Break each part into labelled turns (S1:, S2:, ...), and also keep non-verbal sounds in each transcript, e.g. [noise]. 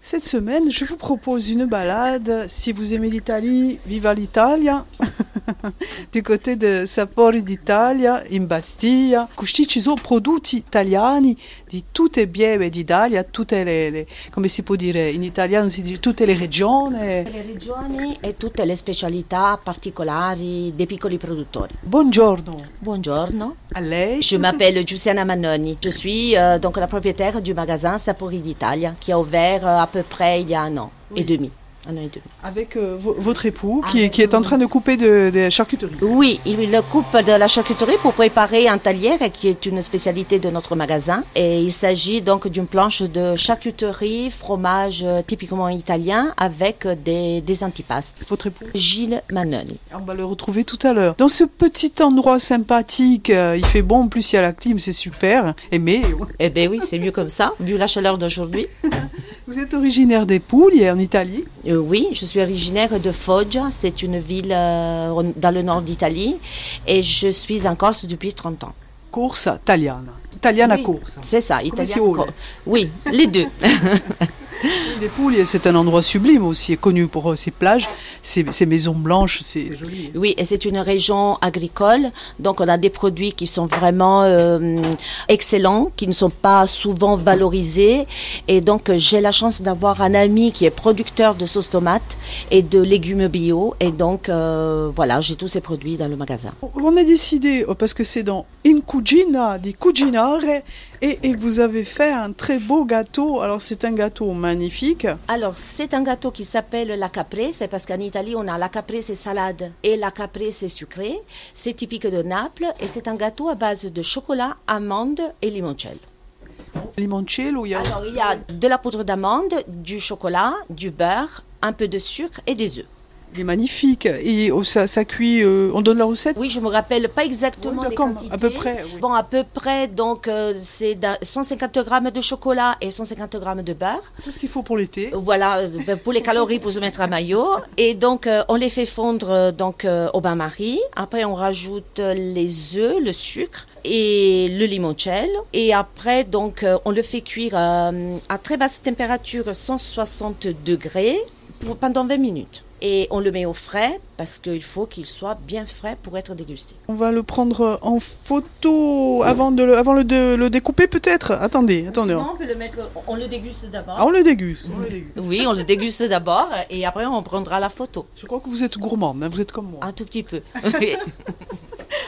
S1: Cette semaine, je vous propose une balade, si vous aimez l'Italie, viva l'Italia, [laughs] du côté de Sapori d'Italia, in Bastia. Qui ci sono prodotti italiani di tutte le bieve e d'Italia, tutte le, le- come si può dire in italiano, si dice, tutte le regioni.
S2: Le regioni e tutte le specialità particolari dei piccoli produttori.
S1: Buongiorno
S2: Buongiorno,
S1: a lei.
S2: je m'appelle Giuliana Manoni. Je suis euh, donc la propriétaire du magasin Sapori d'Italia qui a ouvert euh, à peu près il y a un an
S1: Oui.
S2: et demi. Un an et demi.
S1: Avec euh, vo- votre époux qui,
S2: Avec
S1: qui est en
S2: mon-
S1: train de couper de, de charcuterie.
S2: Oui, il le coupe de la charcuterie pour préparer un talier qui est une spécialité de notre magasin. Et il s'agit donc d'une planche de charcuterie, fromage euh, typiquement italien avec euh, des, des antipastes.
S1: Votre époux
S2: Gilles Manoni.
S1: On va le retrouver tout à l'heure. Dans ce petit endroit sympathique, euh, il fait bon, en plus il y a la clim, c'est super. Et mais
S2: Eh ben oui, c'est mieux comme ça, vu la chaleur d'aujourd'hui.
S1: vous êtes originaire des Pouilles, en Italie.
S2: Euh, oui, je suis originaire de Foggia, c'est une ville euh, au- dans le nord d'Italie, et je suis en Corse depuis 30 ans.
S1: Corsa, italiana. Italiana
S2: Oui.
S1: Corsa.
S2: C'est ça,
S1: Come si
S2: italien.
S1: vuole.
S2: Cor- Oui, les deux.
S1: Les Pouilles, c'est un endroit sublime aussi, connu pour euh, ses plages, ses, ses maisons blanches, c'est joli.
S2: Oui, et c'est une région agricole, donc on a des produits qui sont vraiment euh, excellents, qui ne sont pas souvent valorisés. Et donc euh, j'ai la chance d'avoir un ami qui est producteur de sauce tomate et de légumes bio. Et donc euh, voilà, j'ai tous ces produits dans le magasin.
S1: On a décidé, euh, parce que c'est dans In Cugina, di Cuginare, et, et vous avez fait un très beau gâteau. Alors c'est un gâteau magnifique.
S2: Alors, c'est un gâteau qui s'appelle la caprese parce qu'en Italie, on a la caprese salade et la caprese sucrée. C'est typique de Naples et c'est un gâteau à base de chocolat, amandes et limoncello.
S1: Limoncello, il y a...
S2: Alors, il y a de la poudre d'amande, du chocolat, du beurre, un peu de sucre et des œufs.
S1: Il est magnifique. Et oh, ça, ça cuit. euh, on donne la recette
S2: Oui, je me rappelle pas exactement
S1: Oui,
S2: les
S1: d'accord,
S2: quantités.
S1: à peu près, oui.
S2: Bon, à peu près, donc euh, c'est d'un- 150 grammes de chocolat et 150 grammes de beurre.
S1: Tout ce qu'il faut pour l'été.
S2: Voilà, euh, ben, pour les calories, pour se mettre à maillot. Et donc, euh, on les fait fondre euh, donc, euh, au bain-marie. Après, on rajoute euh, les œufs, le sucre et le limoncello. Et après, donc, euh, on le fait cuire euh, à très basse température, 160 degrés, pour, pendant 20 minutes. Et on le met au frais parce qu'il faut qu'il soit bien frais pour être dégusté.
S1: On va le prendre en photo avant de le, avant le, de, le découper peut-être. Attendez, attendez.
S2: Sinon, on peut le mettre, on le déguste
S1: Ah,
S2: d'abord.
S1: on le déguste. on le déguste.
S2: Oui, on le déguste d'abord et après, on prendra la photo.
S1: Je crois que vous êtes gourmande, hein, vous êtes comme moi.
S2: Un tout
S1: [laughs]
S2: petit peu.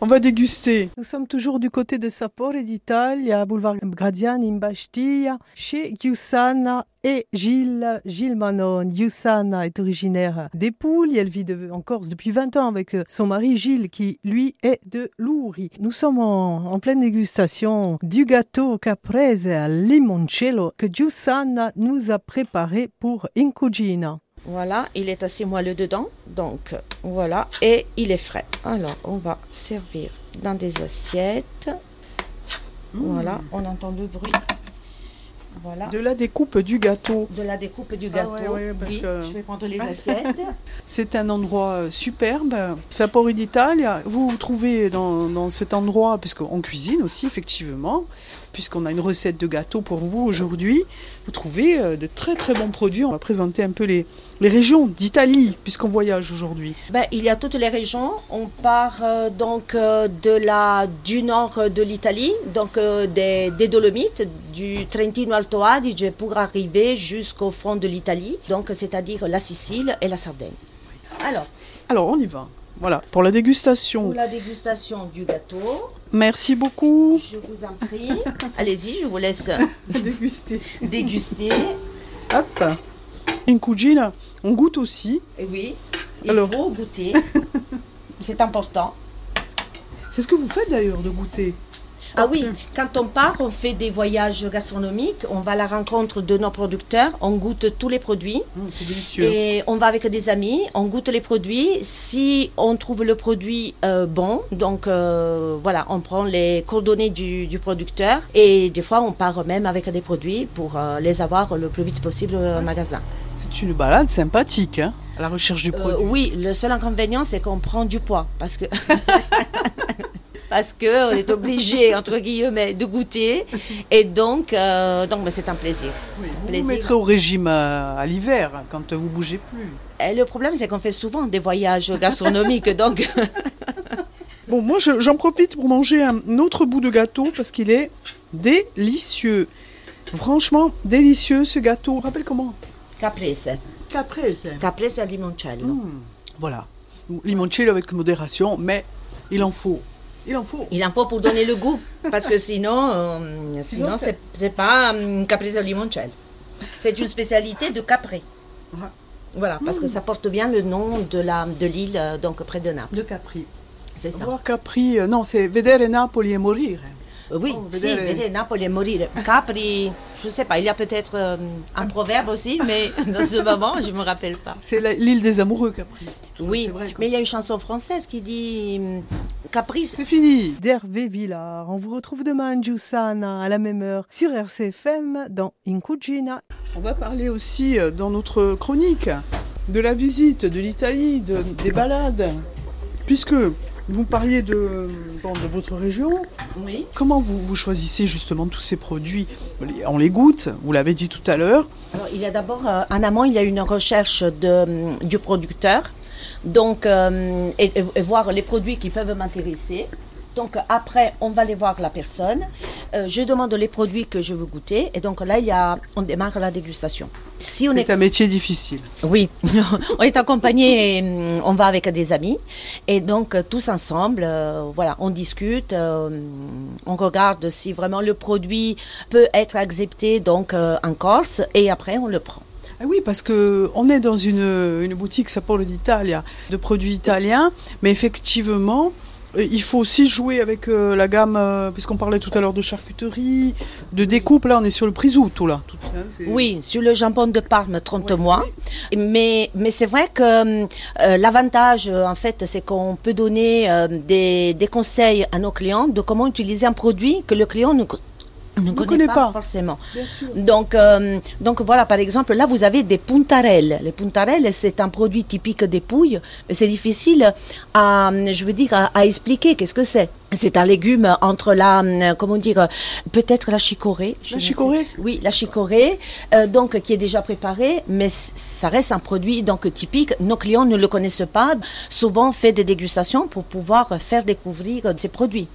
S1: On va déguster. Nous sommes toujours du côté de Sapore d'Italia, boulevard Gradiani, in Bastia, chez Giussana et Gilles, Gilles Manon. Giussana est originaire des Pouilles. Elle vit de- en Corse depuis 20 ans avec euh, son mari Gilles, qui lui est de Louri. Nous sommes en, en pleine dégustation du gâteau caprese al limoncello que Giussana nous a préparé pour Incugina.
S2: Voilà, il est assez moelleux dedans, donc voilà, et il est frais. Alors, on va servir dans des assiettes. Voilà, on entend le bruit. Voilà, de,
S1: Mmh. De la découpe du gâteau.
S2: la découpe du
S1: Ah
S2: gâteau.
S1: ouais, ouais, parce
S2: oui,
S1: que-
S2: je vais prendre les
S1: [laughs]
S2: assiettes.
S1: C'est un endroit euh, superbe, Sapori d'Italia. Vous vous trouvez dans, dans cet endroit, puisqu'on cuisine aussi, effectivement, puisqu'on a une recette de gâteau pour vous aujourd'hui. Vous trouvez euh, de très très bons produits. On va présenter un peu les, les régions d'Italie, puisqu'on voyage aujourd'hui.
S2: Ben, il y a toutes les régions. On part euh, donc euh, de la, du nord euh, de l'Italie, donc euh, des, des Dolomites, du Trentino Alto Adige, pour arriver jusqu'au fond de l'Italie, donc c'est-à-dire la Sicile et la Sardaigne. Alors,
S1: Alors on y va. Voilà, pour la dégustation.
S2: pour la dégustation du gâteau,
S1: Merci beaucoup.
S2: je vous en prie. Allez-y, je vous laisse
S1: Déguster.
S2: [laughs] déguster.
S1: Hop. Une cugina. On goûte aussi.
S2: Et oui, il
S1: Alors.
S2: faut goûter. C'est important.
S1: C'est ce que vous faites d'ailleurs de goûter.
S2: Ah oui, quand on part, on fait des voyages gastronomiques, on va à la rencontre de nos producteurs, on goûte tous les produits
S1: Hum, C'est délicieux.
S2: et on va avec des amis, on goûte les produits. Si on trouve le produit euh, bon, donc euh, voilà, on prend les coordonnées du, du producteur et des fois on part même avec des produits pour euh, les avoir le plus vite possible au magasin.
S1: C'est une balade sympathique, hein, à la recherche du
S2: Euh,
S1: produit.
S2: oui, le seul inconvénient c'est qu'on prend du poids parce que... [laughs] parce qu'on est obligé, entre guillemets, de goûter. Et donc, euh, donc bah, c'est un plaisir.
S1: Oui, vous
S2: Plaisir.
S1: vous mettrez au régime euh, à l'hiver, quand vous bougez plus.
S2: Et le problème, c'est qu'on fait souvent des voyages gastronomiques. donc,
S3: Bon, moi, je- j'en profite pour manger un autre bout de gâteau parce qu'il est délicieux. Franchement, délicieux ce gâteau. Rappelle comment
S2: caprese.
S1: Caprese.
S2: Caprese al limoncello.
S1: Voilà. Limoncello avec modération, mais il en faut. Il en faut.
S2: Il en faut pour donner le goût, parce que sinon, euh, sinon c'est c'est pas hum, caprese al limoncello. C'est une spécialité de Capri.
S1: Ouais.
S2: Voilà, parce que ça porte bien le nom de la de l'île, euh, donc près de Naples.
S1: De Capri.
S2: C'est ça.
S1: Voir Capri, euh, non, c'est vedere Napoli e et mourir.
S2: Euh, Oui,
S1: Oh,
S2: si,
S1: vedere.
S2: vedere Napoli morire. Capri, je sais pas, il y a peut-être euh, un proverbe aussi, mais [laughs] dans ce moment, je me rappelle pas.
S1: C'est la- l'île des amoureux, Capri.
S2: Oui,
S1: C'est vrai, quoi.
S2: mais il y a une chanson française qui dit hum, Caprice.
S1: C'est fini.
S3: D'Hervé Villard. On vous retrouve demain, Giussana, à la même heure, sur RCFM, dans In Cucina.
S1: On va parler aussi euh, dans notre chronique de la visite de l'Italie, de- des balades. Puisque vous parliez de, bon, de votre région,
S2: Oui.
S1: comment vous, vous choisissez justement tous ces produits On les goûte, vous l'avez dit tout à l'heure.
S2: Alors, il y a d'abord, euh, en amont, il y a une recherche de, hum, du producteur, donc, euh, et, et- et voir les produits qui peuvent m'intéresser. Donc, après, on va aller voir la personne. Euh, je demande les produits que je veux goûter. Et donc, là, il y a, on démarre la dégustation. Si on est
S1: C'est un métier difficile.
S2: Oui, [laughs] on est accompagné, et, hum, on va avec des amis et donc euh, tous ensemble, euh, voilà, on discute, euh, on regarde si vraiment le produit peut être accepté donc euh, en Corse et après on le prend.
S1: Ah oui, parce que on est dans une, une boutique Sapore d'Italia, de produits italiens, mais effectivement, euh, il faut aussi jouer avec euh, la gamme, euh, puisqu'on parlait tout à l'heure de charcuterie, de découpe, là on est sur le Prisuto, là. Tout, hein, c'est-
S2: Oui, sur le jambon de Parme, 30
S1: Ouais.
S2: mois. Mais, mais c'est vrai que hum, euh, l'avantage, euh, en fait, c'est qu'on peut donner euh, des, des conseils à nos clients de comment utiliser un produit que le client ne, co- ne connaît,
S1: connaît
S2: pas
S1: pas.
S2: forcément.
S1: Bien sûr.
S2: Donc, euh, donc voilà, par exemple, là vous avez des puntarelles. Les puntarelles, c'est un produit typique des Pouilles, mais c'est difficile à, je veux dire, à, à expliquer qu'est-ce que c'est. C'est un légume entre la, euh, comment dire, peut-être la chicorée. je
S1: La
S2: ne sais-
S1: chicorée
S2: Oui, la chicorée, euh, donc qui est déjà préparée, mais c- ça reste un produit donc typique. Nos clients ne le connaissent pas. Souvent, on fait des dégustations pour pouvoir faire découvrir ces produits.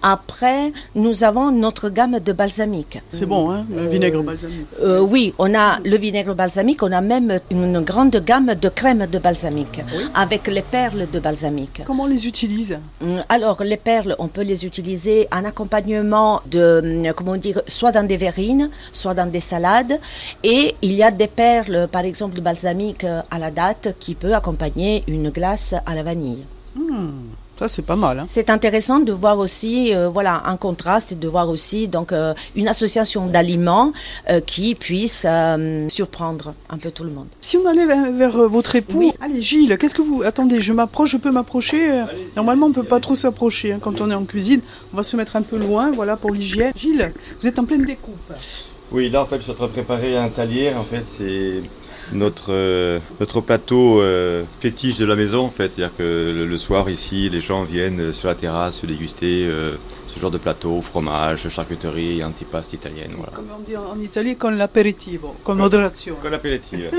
S2: Après, nous avons notre gamme de balsamiques.
S1: C'est bon, hein, le vinaigre balsamique.
S2: Euh, oui, on a le vinaigre balsamique, on a même une grande gamme de crèmes de balsamique avec les perles de balsamique.
S1: Comment on les utilise
S2: Hum, Alors les perles, on peut les utiliser en accompagnement de, hum, comment dire, soit dans des verrines, soit dans des salades. Et il y a des perles, par exemple balsamique euh, à la date, qui peut accompagner une glace à la vanille.
S1: Hmm, Ça c'est pas mal. hein.
S2: C'est intéressant de voir aussi, euh, voilà, un contraste, et de voir aussi donc euh, une association d'aliments euh, qui puisse euh, surprendre un peu tout le monde.
S1: Si on allait vers, vers, euh, votre époux,
S2: Oui.
S1: allez Gilles, qu'est-ce que vous attendez Je m'approche, je peux m'approcher. euh, Normalement, on ne peut pas trop s'approcher hein, quand on est en cuisine. On va se mettre un peu loin, voilà pour l'hygiène. Gilles, vous êtes en pleine découpe.
S4: Oui, là en fait, je suis en train de préparer un talier. En fait, c'est notre, euh, notre plateau euh, fétiche de la maison. En fait, c'est-à-dire que le, le soir ici, les gens viennent euh, sur la terrasse se déguster euh, ce genre de plateau, fromage, charcuterie, et antipaste italienne. Voilà.
S1: Comme on dit en en Italie, con l'aperitivo, con moderazione.
S4: Con [laughs] l'aperitivo.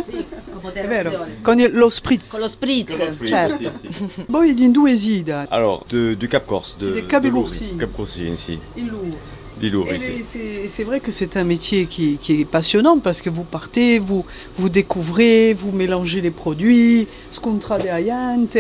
S1: È vero, con il- lo spritz.
S2: Con lo spritz,
S4: Con lo spritz,
S2: certo.
S4: sì, sì.
S1: Poi di due esida,
S4: Alors, de- du Cap Corse.
S1: C'est
S4: de-
S1: des Cap
S4: de Lourdes.
S1: Coursines.
S4: Cap Coursines, si.
S1: il E lourd.
S4: Des Lourdes,
S1: Et
S4: ici.
S1: les- C'est c'est vrai que c'est un métier qui, qui est passionnant parce que vous partez, vous, vous découvrez, vous mélangez les produits, scontra de aiante.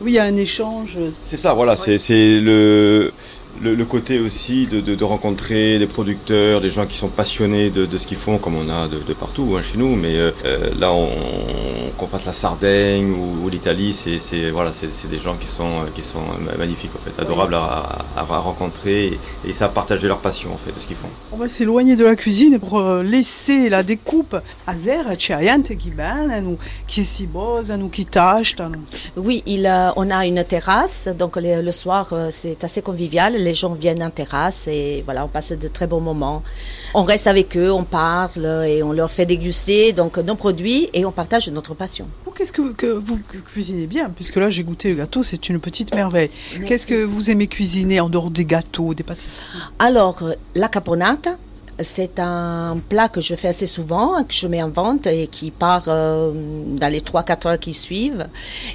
S1: Oui, il y a un échange.
S4: C'est ça, voilà, c'est- c'est le, le, le côté aussi de, de- de rencontrer des producteurs, des gens qui sont passionnés de, de ce qu'ils font, comme on a de, de partout hein, chez nous, mais euh, euh, là, on- qu'on fasse la Sardaigne ou, ou l'Italie, c'est c'est- voilà, c'est- c'est des gens qui sont, euh, qui sont euh, magnifiques, en fait, adorables à, à- à rencontrer et, et ça partager leur passion, en fait, de ce qu'ils font.
S1: On va s'éloigner de la cuisine pour euh, laisser la découpe. A zera c'è aiante qui banano, qui si bosano, qui tachetano.
S2: Oui, il, euh, on a une terrasse, donc le, le soir euh, c'est assez convivial, les gens viennent en terrasse et voilà, on passe de très bons moments. On reste avec eux, on parle et on leur fait déguster donc nos produits et on partage notre passion.
S1: Vous, qu'est-ce que, que vous cu- cuisinez bien Puisque là, j'ai goûté le gâteau, c'est une petite merveille. Qu'est-ce que vous aimez cuisiner en dehors des gâteaux, des pâtisseries
S2: Alors, euh, la caponata, c'est un plat que je fais assez souvent, que je m'invente et qui part euh, dans les 3-4 heures qui suivent.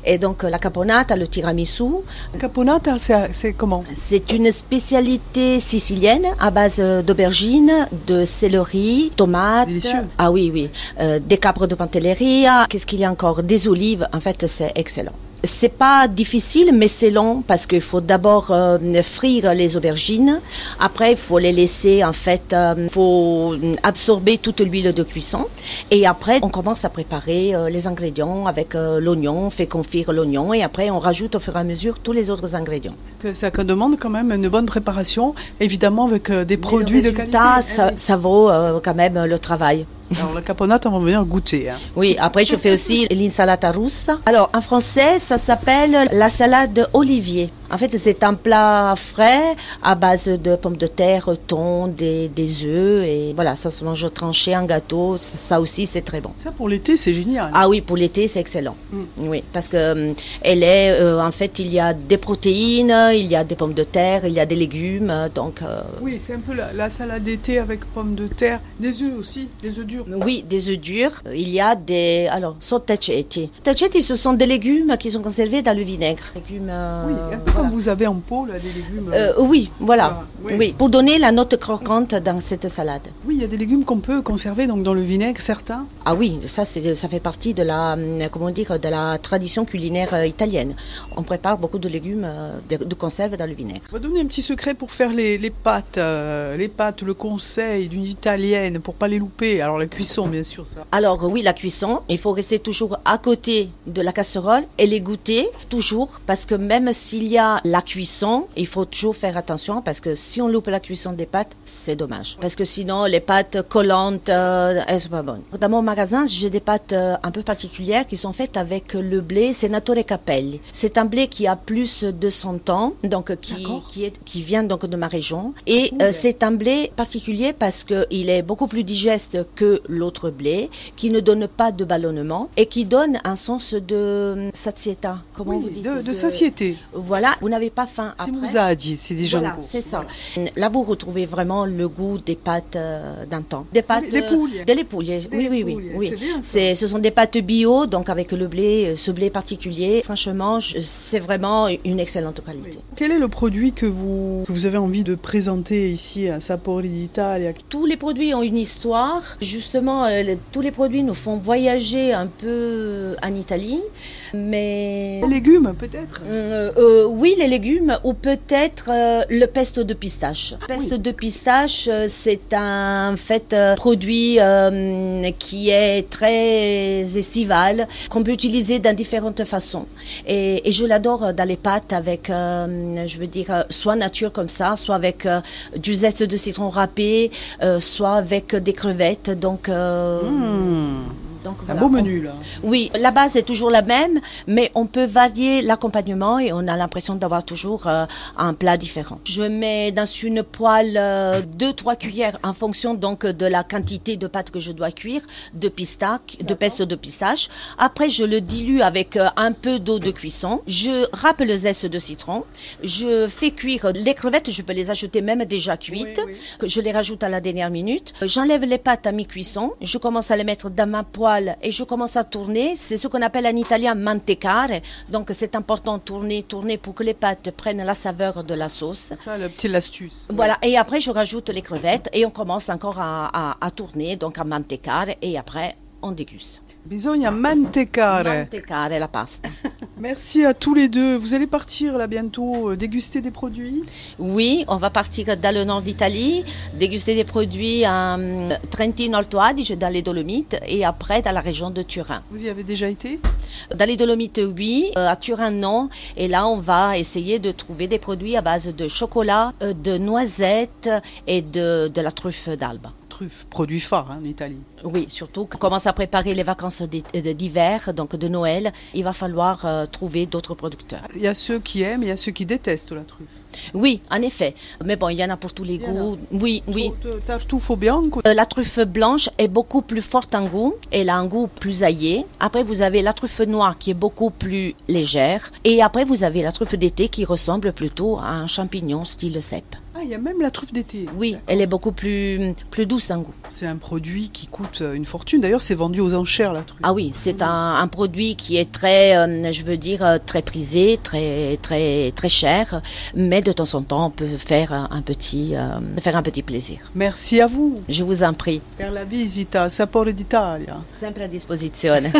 S2: Et donc, euh, la caponata, le tiramisu,
S1: Caponata, c'est c'est comment
S2: c'est une spécialité sicilienne à base euh, d'aubergines, de céleri, tomates.
S1: Délicieux.
S2: Ah oui, oui. Euh, des capres de pantelleria. Qu'est-ce qu'il y a encore Des olives. En fait, c'est excellent. C'est pas difficile, mais c'est long parce qu'il faut d'abord euh, frire les aubergines. Après, il faut les laisser, en fait, euh, faut euh, absorber toute l'huile de cuisson. Et après, on commence à préparer euh, les ingrédients avec euh, l'oignon, on fait confire l'oignon et après, on rajoute au fur et à mesure tous les autres ingrédients.
S1: que Ça demande quand même une bonne préparation, évidemment avec euh, des
S2: Mais
S1: produits
S2: le
S1: de qualité.
S2: résultat,
S1: Eh
S2: Ça,
S1: oui.
S2: ça vaut euh, quand même le travail.
S1: Alors, la caponata, on va venir goûter. hein.
S2: Oui, après je fais aussi [laughs] l'insalata russe. Alors en français, ça s'appelle la salade olivier. En fait, c'est un plat frais à base de pommes de terre, thon, des, des œufs et voilà, ça se mange tranché en gâteau. Ça, ça aussi, c'est très bon.
S1: Ça, pour l'été, c'est génial.
S2: Ah oui, pour l'été, c'est excellent.
S1: Mm.
S2: Oui, parce que hum, elle est, euh, en fait, il y a des protéines, il y a des pommes de terre, il y a des légumes, donc. euh,
S1: Ah Oui, c'est un peu la, la salade d'été avec pommes de terre, des œufs aussi, des œufs durs.
S2: Oui, des œufs durs. Euh, Il y a des. Alors, sont tachetti. Tachetti, ce sont des légumes qui sont conservés dans le vinaigre. Légumes. euh,
S1: Oui, un peu
S2: voilà.
S1: comme vous avez en pot, là, des légumes.
S2: Euh, oui, voilà.
S1: Ah, oui.
S2: oui. pour donner la note croquante dans cette salade.
S1: Oui, il y a des légumes qu'on peut conserver donc dans le vinaigre, certains.
S2: Ah oui, ça, c'est- ça fait partie de la, hum, comment dire, de la tradition culinaire euh, italienne. On prépare beaucoup de légumes euh, de, de conserve dans le vinaigre.
S1: On va donner un petit secret pour faire les, les pâtes, euh, les pâtes, le conseil d'une italienne pour pas les louper. Alors la cuisson, bien sûr, ça.
S2: Alors oui, la cuisson, il faut rester toujours à côté de la casserole et les goûter toujours parce que même s'il y a la cuisson, il faut toujours faire attention parce que si on loupe la cuisson des pâtes, c'est dommage. Parce que sinon, les pâtes collantes, euh, elles sont pas bonnes. Dans mon magasin, j'ai des pâtes euh, un peu particulières qui sont faites avec le blé Senatore Capelli. C'est un blé qui a plus de 100 ans, donc euh, qui,
S1: D'accord.
S2: qui, est, qui vient donc de ma région. Et
S1: Cool.
S2: euh, c'est un blé particulier parce qu'il est beaucoup plus digeste que l'autre blé, qui ne donne pas de ballonnement et qui donne un sens de euh, satiété. Comment
S1: Oui,
S2: vous dites
S1: de, de satiété.
S2: Voilà, vous n'avez pas faim
S1: C'est
S2: après.
S1: mousadi, c'est déjà
S2: Voilà,
S1: en cours.
S2: c'est ça.
S1: Voilà.
S2: Là, vous retrouvez vraiment le goût des pâtes euh, d'antan. Des pâtes.
S1: Des
S2: euh,
S1: poules.
S2: des lépouilles, oui, oui, oui.
S1: lépouilles,
S2: oui.
S1: c'est bien, ça.
S2: C'est- Ce sont des pâtes bio, donc avec le blé, euh, ce blé particulier. Franchement, je- c'est vraiment une excellente qualité.
S1: Quel est le produit que vous, que vous avez envie de présenter ici à Sapori d'Italia
S2: Tous les produits ont une histoire. Justement, euh, le- tous les produits nous font voyager un peu euh, en Italie. Mais.
S1: Les légumes, peut-être
S2: Euh, euh, oui, les légumes ou peut-être euh, le pesto de pistache.
S1: Ah
S2: Le pesto de pistache, euh, c'est un en fait euh, produit euh, qui est très estival, qu'on peut utiliser dans différentes façons. Et, et je l'adore dans les pâtes avec, euh, je veux dire, euh, soit nature comme ça, soit avec euh, du zeste de citron râpé, euh, soit avec des crevettes. Donc, euh,
S1: Mmh,
S2: donc
S1: Un
S2: voilà.
S1: beau
S2: On-
S1: menu, là.
S2: oui, la base est toujours la même, mais on peut varier l'accompagnement et on a l'impression d'avoir toujours euh, un plat différent. Je mets dans une poêle 2-3 cuillères en fonction donc de la quantité de pâte que je dois cuire, de pistache, de pesto de pistache. Après, je le dilue avec euh, un peu d'eau de cuisson. Je râpe le zeste de citron. Je fais cuire les crevettes. Je peux les acheter même déjà cuites
S1: Oui, oui.
S2: que je les rajoute à la dernière minute. Euh, J'enlève les pâtes à mi-cuisson, je commence à les mettre dans ma poêle et je commence à tourner. C'est ce qu'on appelle en italien mantecare. Donc c'est important de tourner, tourner pour que les pâtes prennent la saveur de la sauce.
S1: Ça, la petite astuce.
S2: Voilà, et après je rajoute les crevettes et on commence encore à, à- à tourner, donc à mantecare et après on déguste.
S1: Bisogna mantecare.
S2: Mantecare la pasta.
S1: Merci à tous les deux. Vous allez partir là bientôt euh, déguster des produits.
S2: Oui, on va partir dans le nord d'Italie, déguster des produits à Trentino-Alto Adige, dans les Dolomites et après dans la région de Turin.
S1: Vous y avez déjà été
S2: Dans les Dolomites, oui. Euh, à Turin, non. Et là, on va essayer de trouver des produits à base de chocolat, euh, de noisettes et de, de la truffe d'Alba.
S1: truffe, produit phare hein, en Italie.
S2: Oui, surtout qu'on commence à préparer les vacances d'hi- euh, d'hiver, donc de Noël. Il va falloir euh, trouver d'autres producteurs.
S1: Il y a ceux qui aiment, il y a ceux qui détestent la truffe.
S2: Oui, en effet. Mais bon, il y en a pour tous les
S1: y en a.
S2: goûts. Oui, oui.
S1: Tro- Tartufo bianco.
S2: Euh, La truffe blanche est beaucoup plus forte en goût, elle a un goût plus aillé. Après, vous avez la truffe noire qui est beaucoup plus légère. Et après, vous avez la truffe d'été qui ressemble plutôt à un champignon style cèpe.
S1: Ah, il y a même la truffe d'été.
S2: Oui, elle est beaucoup plus, plus douce en goût.
S1: C'est un produit qui coûte euh, une fortune. D'ailleurs, c'est vendu aux enchères la truffe.
S2: Ah oui, c'est un, un produit qui est très, euh, je veux dire, euh, très prisé, très, très, très cher. Mais de temps en temps, on peut faire un un petit, euh, faire un petit plaisir.
S1: Merci à vous
S2: Je vous en prie.
S1: per la visita a Sapore d'Italia.
S2: Sempre à disposition.